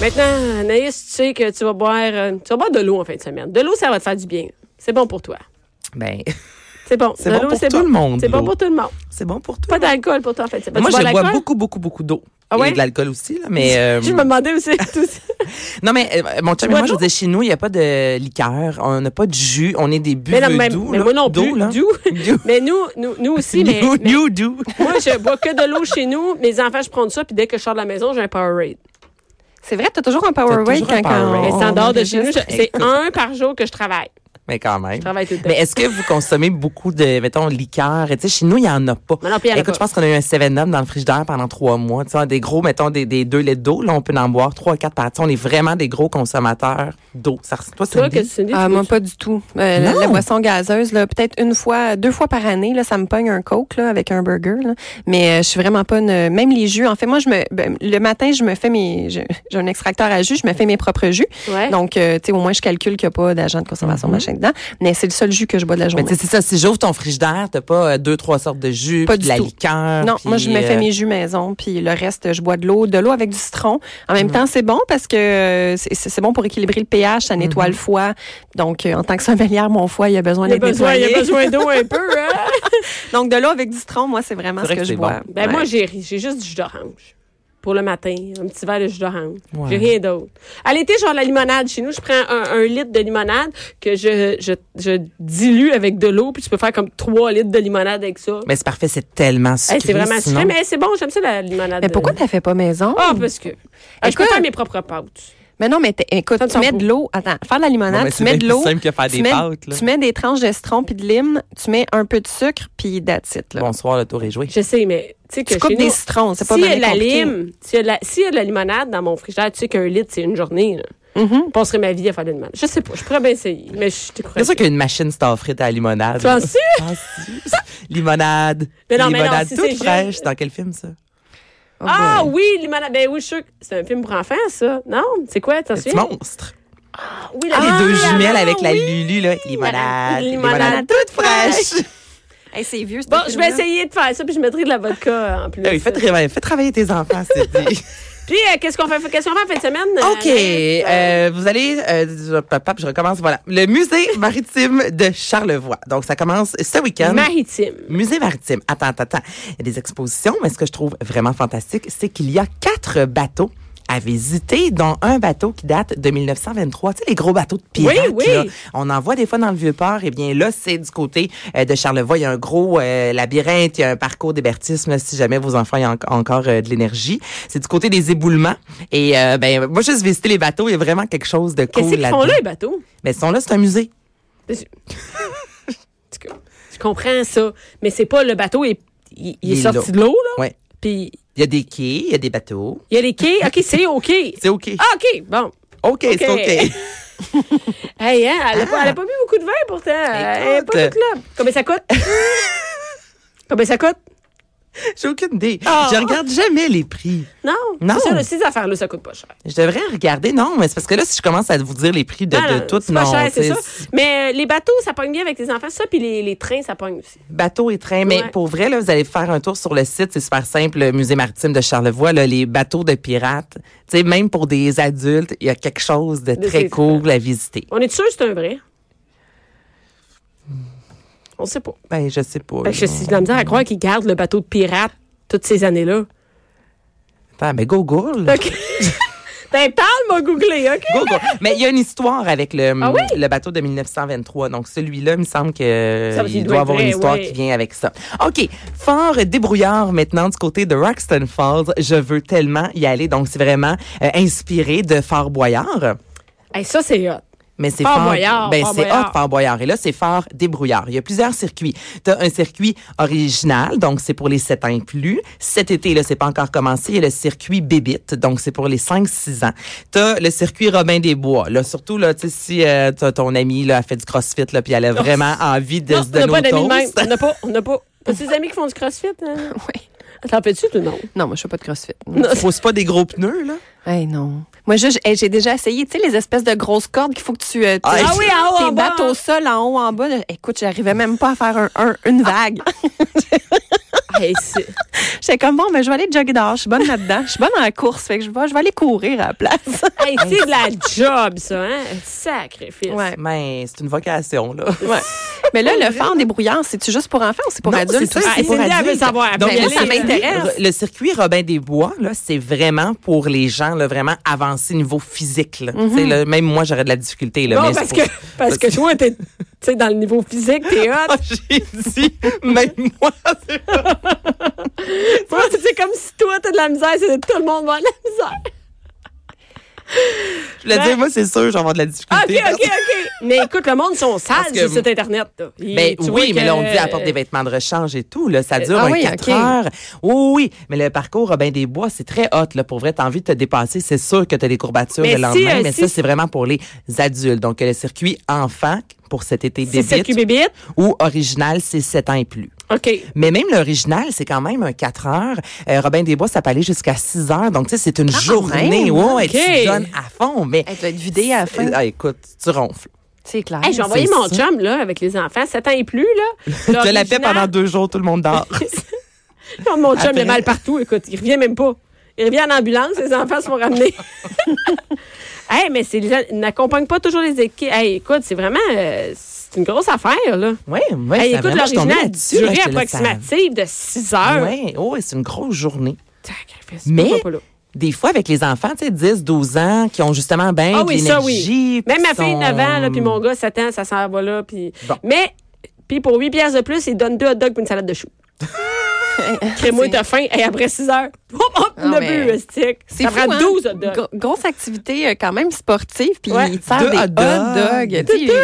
Maintenant, Anaïs, tu sais que tu vas boire, euh, tu vas boire de l'eau en fin de semaine. De l'eau, ça va te faire du bien. C'est bon pour toi. Ben, C'est bon. C'est De bon l'eau, pour tout le monde, C'est bon l'eau. pour tout le monde. c'est bon pour Pas toi. d'alcool pour toi en fin de semaine. Moi, Tu bois je de bois l'alcool? beaucoup, beaucoup, beaucoup d'eau. Ah ouais? Et de l'alcool aussi, là, mais... euh, Je me demandais aussi. tout ça. Non, mais euh, mon chum bois et moi, de je l'eau? disais, chez nous, il n'y a pas de liqueur, on n'a pas de jus, on est des mais, buveux non, mais, doux, mais là, moi non d'eau, plus. là. doux. Doux. Mais nous, nous, nous aussi, mais, You- mais you do. moi, je bois que de l'eau chez nous. Mes enfants, je prends de ça, puis dès que je sors de la maison, j'ai un Powerade. C'est vrai, t'as toujours un power T'as rate toujours un quand, Powerade. quand Mais Oh, c'est en dehors de chez nous. je- enregistre. C'est un par jour que je travaille. Mais quand même. Je travaille tout le temps. Mais est-ce que vous consommez beaucoup de, mettons, liqueurs? Tu sais, chez nous, il n'y en a pas. Non, non, puis il y en a Écoute, pas. je pense qu'on a eu un 7-up dans le frigidaire pendant trois mois. Tu sais, des gros, mettons, des, des deux laits d'eau, là, on peut en boire trois, quatre par tu sais, On est vraiment des gros consommateurs d'eau. Ça, res- toi, Toi, Cindy? que tu dis, Ah, tu moi, bois- pas du tout. Euh, la, Non? la boisson gazeuse, là, peut-être une fois, deux fois par année, là, ça me pogne un coke là, avec un burger. Là. Mais euh, je suis vraiment pas une. Même les jus. En fait, moi, je me ben, le matin, je me fais mes. J'ai j'ai un extracteur à jus, je me fais mes propres jus. Ouais. Mm-hmm. Donc, euh, tu sais, au moins, je calcule qu'il n'y a pas d'agent de conservation machin dedans. Mais c'est le seul jus que je bois de la Mais journée. tu sais, c'est ça. Si j'ouvre ton frigidaire, t'as pas euh, deux, trois sortes de jus, Pas puis du de la tout. liqueur. Non, puis, moi, je me euh, fais mes jus maison, puis le reste, je bois de l'eau, de l'eau avec du citron. En Mm. même temps, c'est bon parce que euh, c'est- c'est c'est bon pour équilibrer le pH, ça nettoie le foie. Donc, euh, en tant que sommelière, mon foie, il a besoin Mm-hmm. il y a d'être besoin, il y nettoyé. a besoin d'eau un peu. hein? Donc, de l'eau avec du citron, moi, c'est vraiment C'est ce vrai que, que je c'est bois. Ben Ouais. moi, j'ai ri- j'ai juste du jus d'orange. Pour le matin, un petit verre de jus d'orange. Ouais. J'ai rien d'autre. À l'été, genre la limonade. Chez nous, je prends un, un litre de limonade que je, je, je dilue avec de l'eau, puis tu peux faire comme trois litres de limonade avec ça. Mais c'est parfait, c'est tellement sucré. Hey, c'est vraiment sucré, sinon. mais hey, c'est bon, j'aime ça la limonade. Mais pourquoi t'as fait pas maison? Ah, parce que. Ah, je peux Écoute. faire mes propres pâtes. Mais non, mais t'es- écoute, Ça me tu mets semble de l'eau. Attends, faire de la limonade, Bon, mais tu c'est mets bien de plus l'eau. simple que faire tu des mets- pâtes, là. Tu mets des tranches de citron puis de lime, tu mets un peu de sucre puis that's it, là. Bonsoir, le tour est joué. Je sais, mais tu sais que tu coupes chez des nous, citrons, c'est pas S'il y bien a de la compliqué. lime, s'il y, a de la- s'il y a de la limonade dans mon frigidaire, tu sais qu'un litre, c'est une journée. Là. Mm-hmm. Je passerais ma vie à faire de la limonade. Je sais pas, je pourrais bien essayer, mais je C'est t'écoute. sûr qu'il y a une machine star frites à la limonade. Tu penses-tu? Penses-tu? limonade. Mais non, mais non, limonade si c'est toute juste- fraîche. Dans quel film, ça? Oh, Ah boy. oui, limonade. Ben oui, je suis sûre que c'est un film pour enfants, ça. Non? C'est quoi, t'as Petit souviens? monstre. Oui, la- les Ah, deux la- jumelles avec la oui. Lulu, là. Limonade. Limonade toute fraîche. Hey, c'est vieux, ce Bon, je vais film-là. essayer de faire ça, puis je mettrai de la vodka en plus. Ah Oui, fais, tra- fais travailler tes enfants, c'est dit. Puis, euh, qu'est-ce qu'on fait, qu'est-ce qu'on fait en fin de semaine? OK. Anaïs? euh, vous allez. Euh, papa, je recommence. Voilà. Le musée maritime de Charlevoix. Donc, ça commence ce week-end. Maritime. Musée maritime. Attends, attends, attends. Il y a des expositions, mais ce que je trouve vraiment fantastique, c'est qu'il y a quatre bateaux à visiter, dont un bateau qui date de 1923. Tu sais, les gros bateaux de pirates. Oui, oui. là. on en voit des fois dans le Vieux-Port. Eh bien, là, c'est du côté euh, de Charlevoix. Il y a un gros euh, labyrinthe, il y a un parcours d'hébertisme, là, si jamais vos enfants ont en- encore euh, de l'énergie. C'est du côté des éboulements. Et, euh, ben, moi, juste visiter les bateaux, il y a vraiment quelque chose de cool Qu'est-ce qu'ils font là-dedans. là, les bateaux? Mais ils sont là, c'est un musée. En tout cas, Je comprends ça, mais c'est pas le bateau, il, il- il est Il est sorti là. de l'eau, là. Ouais. Puis, Il y a des quais, il y a des bateaux. il y a les quais. OK, c'est OK. C'est OK. Ah, OK, bon. OK, c'est OK. OK. Hey, hein, elle, a pas, elle a pas bu beaucoup de vin pourtant. Elle est Ah. Écoute. pas toute là. Combien ça coûte? Combien ça coûte? J'ai aucune idée. Ah. Je regarde jamais les prix. Non. Non. C'est sûr, là, ces affaires-là, ça coûte pas cher. Je devrais regarder, non, mais c'est parce que là, si je commence à vous dire les prix de, Non, de non, tout, Ah, c'est pas non, cher, c'est c'est- ça. Mais euh, les bateaux, ça pogne bien avec les enfants, ça, puis les, les trains, ça pogne aussi. bateaux et trains. Mais Ouais. pour vrai, là, vous allez faire un tour sur le site, c'est super simple, le musée maritime de Charlevoix, là, les bateaux de pirates. Tu sais, même pour des adultes, il y a quelque chose de De très ces- cool à visiter. On est sûr que c'est un vrai? On sait pas. Ben, je sais pas. Fait que je là. suis de la misère à croire qu'ils gardent le bateau de pirate toutes ces années-là. Attends, mais Google. OK. ben, parle, m'a googlé, OK? Google. Mais il y a une histoire avec le, Ah oui? le bateau de 1923. Donc, celui-là, il me semble que Ça veut dire il qu'il doit doit avoir être une vrai, histoire ouais. qui vient avec ça. OK. Fort débrouillard maintenant du côté de Roxton Falls. Je veux tellement y aller. Donc, c'est vraiment euh, inspiré de Fort Boyard. Hey, ça, c'est hot. mais c'est Fort fort, Boyard, ben Fort c'est Boyard. hot Fort Boyard. Et là, c'est fort débrouillard. Il y a plusieurs circuits. T'as un circuit original, donc c'est pour les 7 ans et plus. Cet été, là, c'est pas encore commencé. Il y a le circuit Bébite, donc c'est pour les 5-6 ans. T'as le circuit Robin des Bois. Là, surtout, là, tu sais, si euh, t'as ton ami, là, a fait du crossfit, là, puis elle a vraiment envie de Non, se on n'a donner pas d'amis de au même. toast. On n'a pas. On n'a pas. T'as-tu des amis qui font du crossfit? hein? Oui. T'en fais-tu, toi, non? Non, moi, je fais pas de crossfit. Pose pas des gros pneus, là. Hey, non. Moi, je- j'ai j'ai déjà essayé, tu sais, les espèces de grosses cordes qu'il faut que tu. euh, Ah, tu- Ah oui, en haut, tu en bas. battes au sol, en haut, en bas. là. Écoute, j'arrivais même pas à faire un, un- une vague. Hey, c'est- J'étais comme, bon, mais je vais aller jogger dehors. Je suis bonne là-dedans. Je suis bonne en course. Fait que je vais, je vais aller courir à la place. hey, c'est de la job, ça, hein? Sacrifice. Ouais. Mais Ben, c'est une vocation, là. Mais là, le phare débrouillant, c'est-tu juste pour enfants ou c'est pour Non, adultes c'est ça, aussi? c'est pour Cindy, elle veut adultes. savoir. Donc, Mais le moi, ça circuit- m'intéresse. Le circuit Robin des Bois, là, c'est vraiment pour les gens, là, vraiment avancés niveau physique. Là. Tu sais, là, même moi, j'aurais de la difficulté. Là, Non, mais parce c'est que, pour- parce que toi, t'es, tu sais, dans le niveau physique, t'es hot. Ah, J'ai dit, même moi, c'est pas- Toi, c'est comme si toi, t'as de la misère, c'est tout le monde va de la misère. je voulais dire, moi, c'est sûr, j'en avoir de la Ah, difficulté. OK, OK, OK. Mais écoute, le monde, ils sont sales Parce que- sur cet Internet. là. Ils- Ben tu vois oui, mais que- euh, là, on dit apporte des vêtements de rechange et tout. Là, ça dure ah un oui, 4 ok. heures. Oui, oui, mais le parcours Robin des Bois, c'est très hot. Là, pour vrai, t'as envie de te dépasser. C'est sûr que t'as des courbatures Mais le si, lendemain, euh, mais si- ça, c'est vraiment pour les adultes. Donc, le circuit enfant pour cet été C'est circuit débite bébite. ou original, c'est 7 ans et plus. OK. Mais même l'original, c'est quand même un 4 heures. Euh, Robin des Bois, ça peut aller jusqu'à 6 heures. Donc, tu sais, c'est une journée. même, Ouais, ouais, Ah, ok. tu te donnes à fond. Mais Elle doit être vidée à la fin. Ah, écoute, tu ronfles. C'est clair. Hey, j'ai envoyé Ah, c'est mon ça. chum, là, avec les enfants, 7 ans et plus, là. Tu te la paix L'original. pendant deux jours, tout le monde dort. Non, mon chum, il a Après. mal partout. Écoute, il revient même pas. Il revient en ambulance, les enfants se font ramener. hey, mais c'est, les- ils n'accompagnent pas toujours les équipes. Hey, écoute, c'est vraiment, euh, c'est une grosse affaire, là. Oui, oui, Hey, ça écoute, vraiment, je suis tombée l'original, là-dessus, là, durée je te laisse ça. approximative de 6 heures. Oui, oh, c'est une grosse journée. Sacrifice. Mais- Pourquoi pas là? Des fois, avec les enfants, tu sais, 10, 12 ans, qui ont justement bien Ah de oui, ça, oui. l'énergie. puis Même ma fille, sont- 9 ans, là, puis mon gars, 7 ans, ça s'en va là. Puis... Bon. Mais, puis pour 8 piastres de plus, il donne deux hot dogs pour une salade de choux. Crée-moi, t'as faim. Et après 6 heures, Oh, hop, hop, Non, ne mais- bu, stick. C'est Ça fou, prend hein? 12 hot dogs. Gro- grosse activité euh, quand même sportive, puis Ouais. ils te servent Deux des hot hot dogs. dogs. tu sais,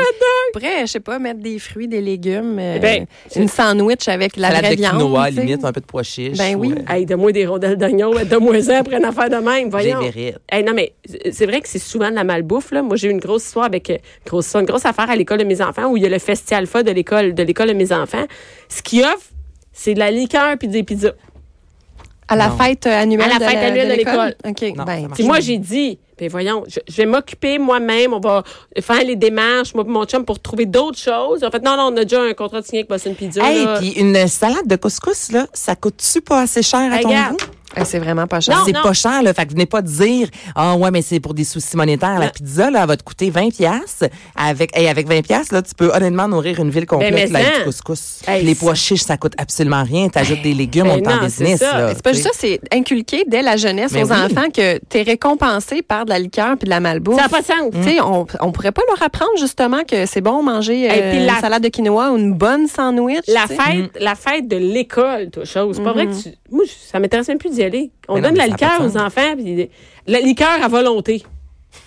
Après, je sais pas, mettre des fruits, des légumes, euh, Ben, une sandwich avec la Salade vraie de viande. quinoa, tu sais. limite, un peu de pois chiche. Ben oui. ouais. Hey, donne-moi des rondelles d'oignon, donne-moi ça après une affaire de même, Je les voyons. mérite. Hey, non, mais c'est vrai que c'est souvent de la malbouffe. Là. Moi, j'ai eu une grosse histoire avec euh, grosse, une grosse affaire à l'école de mes enfants où il y a le Festi Alpha de l'école de l'école de mes enfants. Ce qu'ils offrent, c'est de la liqueur puis des pizzas. À la Non. fête euh, annuelle À la de fête annuelle de l'école. OK. Non, ben, ça marche Puis moi, j'ai dit, ben voyons, je, je vais m'occuper moi-même, on va faire les démarches, moi et mon chum, pour trouver d'autres choses. En fait, non, non, on a déjà un contrat de signé avec Boston Pizza. Hey, là. puis une salade de couscous, là, ça coûte-tu pas assez cher à Hey, ton regarde. goût? Ah, c'est vraiment pas cher. Non, C'est non. pas cher, là. Fait que venez pas dire, ah ouais, mais c'est pour des soucis monétaires. La pizza, là, elle va te coûter 20 pièces Avec, hey, avec 20 pièces là, tu peux honnêtement nourrir une ville complète, Ben, mais là, avec ça. du couscous. Hey, les c'est- pois chiches, ça coûte absolument rien. T'ajoutes des légumes, Ben on est en non, c'est business, ça. là. C'est pas juste ça, c'est inculqué dès la jeunesse Mais aux oui. enfants que t'es récompensé par de la liqueur puis de la malbouffe. Ça n'a pas de sens. Tu sais, on, on pourrait pas leur apprendre justement que c'est bon manger euh, Et puis la- une salade de quinoa ou une bonne sandwich. La tu sais. fête, la fête de l'école, toi, chose. C'est pas vrai que tu. Moi, je- ça m'intéresse même plus d'y aller. On Mm-hmm. Mais non, donne mais la ça a pas liqueur de aux sens. enfants, puis la liqueur à volonté. Tu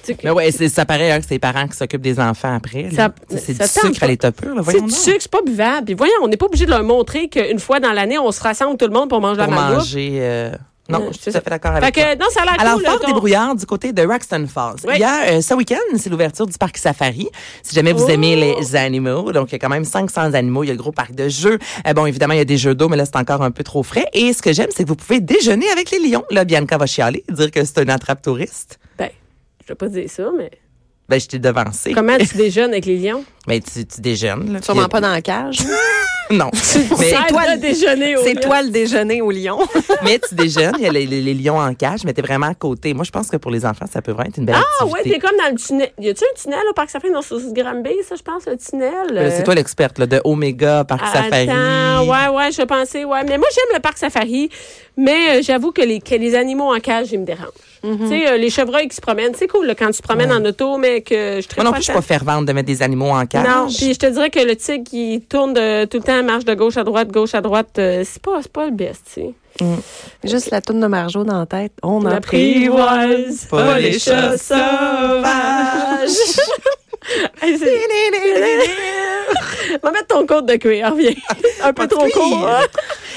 sais que- Mais ouais, c'est- ça paraît hein, que c'est les parents qui s'occupent des enfants après. Ça- là. Tu sais, C'est ça du tente sucre à pas. les topures, là. C'est Ah, Voyons du donc. sucre, c'est pas buvable. Puis voyons, on n'est pas obligé de leur montrer qu'une fois dans l'année, on se rassemble tout le monde pour manger Pour la malbouffe. manger. euh, Ouais, Non, je suis c'est tout à ça. fait d'accord Fait avec toi. que, non, ça a l'air Alors, cool. là, Fort ton- débrouillard du côté de Raxton Falls. Oui. Il y a, euh, ce week-end, c'est l'ouverture du parc Safari. Si jamais vous Oh! aimez les animaux, donc il y a quand même 500 animaux. Il y a le gros parc de jeux. Euh, bon, évidemment, il y a des jeux d'eau, mais là, c'est encore un peu trop frais. Et ce que j'aime, c'est que vous pouvez déjeuner avec les lions. Là, Bianca va chialer, dire que c'est une attrape touriste. Ben, je vais pas dire ça, mais. Ben, je t'ai devancé. Comment tu déjeunes avec les lions? Ben, tu, tu déjeunes. Là, Sûrement Puis, pas dans la cage. euh, Non. mais, Arrête toi de le- déjeuner au C'est lion. toi le déjeuner au lion. mais tu déjeunes, il y a les, les- les lions en cage, mais t'es vraiment à côté. Moi, je pense que pour les enfants, ça peut vraiment être une belle Ah, ouais, activité. t'es comme dans le tunnel. Y a-tu un tunnel au Parc Safari dans ce Granby, ça, je pense, le tunnel? Là, euh, Ben, C'est toi l'experte là, de Omega, Parc Ah, Safari. Attends, ouais, ouais, je pensais, ouais. Mais moi, j'aime le parc safari, mais euh, j'avoue que les, que les animaux en cage, ils me dérangent. Mm-hmm. Tu sais, euh, les chevreuils qui se promènent, c'est cool là, quand tu te promènes en auto, mais que je Moi traite non plus, je suis pas fervente de mettre des animaux en cage. Non, puis je te dirais que le tigre qui tourne de- tout le temps, marche de gauche à droite, gauche à droite, euh, c'est pas, c'est pas le best, tu sais. Juste la toune de Marjo dans la tête. On On a pris. apprivoise pas les chats sauvages. Hey, c'est- Va mettre ton compte de cuir, viens. Un peu trop Oui. court. hein.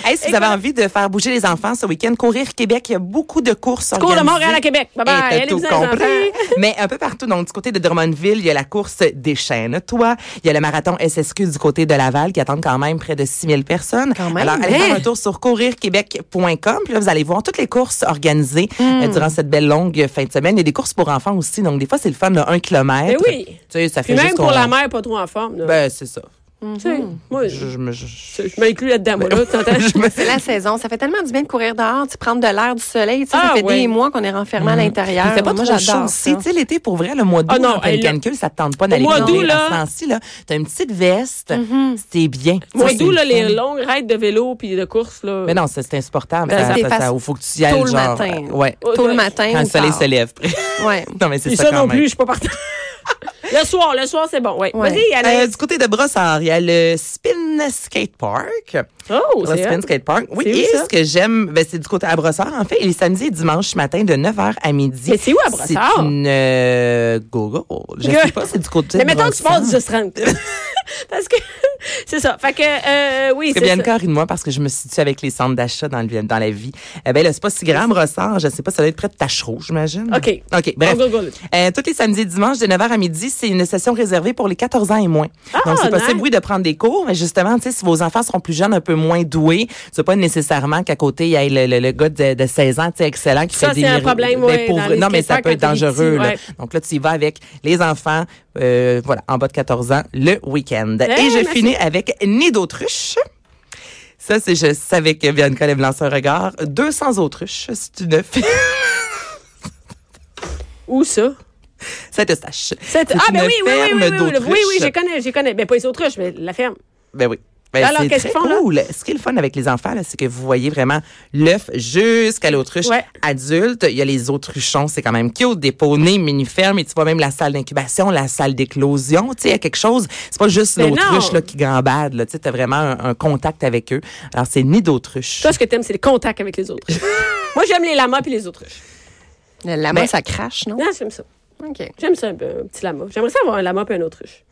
Hey, si vous avez envie de faire bouger les enfants ce week-end, courir Québec, il y a beaucoup de courses Cours de organisées. Montréal à Québec. Bye bye. Hey, t'as Allez, tout vous allez, compris. enfants. Mais un peu partout, donc du côté de Drummondville, il y a la course Déchaîne-toi. Il y a le marathon SSQ du côté de Laval qui attendent quand même près de 6000 personnes. Quand même, Alors, allez hein? faire un tour sur courirquebec.com. Puis là, vous allez voir toutes les courses organisées Hmm. euh, durant cette belle longue fin de semaine. Il y a des courses pour enfants aussi. Donc, des fois, c'est le fun, là, un kilomètre. Ben oui. Tu sais, ça fait Puis même juste pour qu'on- la mère, pas trop en forme. là. Ben, c'est ça. Tu sais, moi, je, Je, je me- je- je- je m'inclus là-dedans, moi, là, t'entends? je me fais C'est la saison. Ça fait tellement du bien de courir dehors, de prendre de l'air, du soleil. Tu sais, Ah, ça fait ouais. des mois qu'on est renfermé à l'intérieur. Mhm. Il fait pas Moi, trop chaud j'adore aussi. ça. Tu sais, l'été, pour vrai, le mois d'août, Ah non, après elle- le canicule, ça te tente pas d'aller mois d'août, courir là- à ce temps-ci. là. T'as une petite veste, c'est bien. Moi, Ça, d'où, c'est là, le les fun. longues raids de vélo puis de course, là. Mais non, ça, c'est insupportable. Ben, ça, ça ça- t'efface ça- faut que tu y ailles, tôt le genre, matin. euh, Ouais. Oh, Tôt le ouais. matin. Quand ou le soleil tard. se lève. Ouais. non, mais c'est Puis ça, ça, quand non même. plus, je suis pas partant. le soir, le soir, c'est bon. Ouais. Ouais. Vas-y, Euh, allez. du côté de Brossard, il y a le euh, Spin Skate Park. Oh, Le c'est Spin hot. Skate Park. Oui, C'est où, et ça? ce que j'aime, ben, c'est du côté à Brossard, en fait. Il est samedi et dimanche matin de 9h à midi. Mais c'est où à Brossard? C'est une euh, go-go. Je Que- sais pas, c'est du côté Mais de mettons que tu Brossard. passes du 30. Parce que c'est ça. Fait que, euh, oui, Parce c'est que ça. Bianca rit de moi parce que je me situe avec les centres d'achat dans, le- dans la vie. Eh ben là, c'est pas si grand, Brossard. Je sais pas, ça doit être près de Tachereau, j'imagine. OK. OK, On bref. google it. Euh, tous les samedis et dimanches, de 9h à midi, c'est une session réservée pour les 14 ans et moins. Ah, Donc, c'est possible, nice. oui, de prendre des cours, mais justement, tu sais, si vos enfants seront plus jeunes, un peu moins doués, c'est pas nécessairement qu'à côté, il y ait le, le- le gars de, de 16 ans, tu sais, excellent, qui Ça, fait des c'est un miracles. problème, Ben, ouais, pauvre- dans les Non, mais ça skateparks peut être quand t'es dangereux, petit, là. ouais. Donc là, tu y vas avec les enfants, euh, voilà, en bas de 14 ans, le week-end. Hey, et je Eh, merci. finis avec Nid d'autruche. Ça, c'est, je savais que Bianca allait me lancer un regard. 200 autruches, c'est une fille. Où ça? Saint-Eustache. C'est- C'est Ah, ben une oui, oui, oui, oui, oui, oui, d'autruche. oui, oui, je connais, je connais. Ben, pas les autruches, mais la ferme. Ben oui. Ben, Alors, c'est qu'est-ce qu'ils très font, là? cool. Ce qui est le fun avec les enfants, là, c'est que vous voyez vraiment l'œuf jusqu'à l'autruche Ouais. adulte. Il y a les autruchons, c'est quand même cute, des poneys, mini-fermes, et tu vois même la salle d'incubation, la salle d'éclosion. Tu sais, il y a quelque chose. C'est pas juste Ben l'autruche non. là, qui gambade. Là. Tu sais, t'as vraiment un, un contact avec eux. Alors, c'est ni d'autruche. Toi, ce que t'aimes, c'est le contact avec les autruches. Moi, j'aime les lamas puis les autruches. Le lama, Ben- ça crache, non? Non, j'aime ça. OK. J'aime ça, un, peu, un petit lama. J'aimerais ça avoir un lama puis un autruche.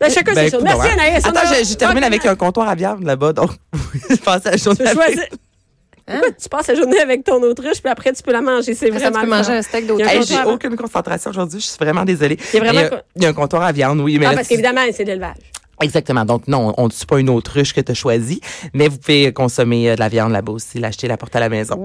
Ben, chacun ses Ben, choses. écoute, Merci, ouais. Anaïs. Attends, On a- je, je termine Ah, avec un comptoir à viande là-bas. Donc, je pensais à la journée Tu après. choisis. Hein? Pourquoi tu passes la journée avec ton autruche, puis après, tu peux la manger. C'est Après ça, vraiment. tu peux le manger fun. un Il y steak a d'autruche. un Hey, comptoir j'ai à viande. aucune concentration aujourd'hui. Je suis vraiment désolée. Il y a vraiment Mais, euh, quoi? Il y a un comptoir à viande, oui. Mais Ah, là, parce tu- qu'évidemment, c'est de l'élevage. Exactement. Donc, non, on ne tue pas une autruche que tu as choisie, mais vous pouvez consommer euh, de la viande là-bas aussi, l'acheter, la porter à la maison.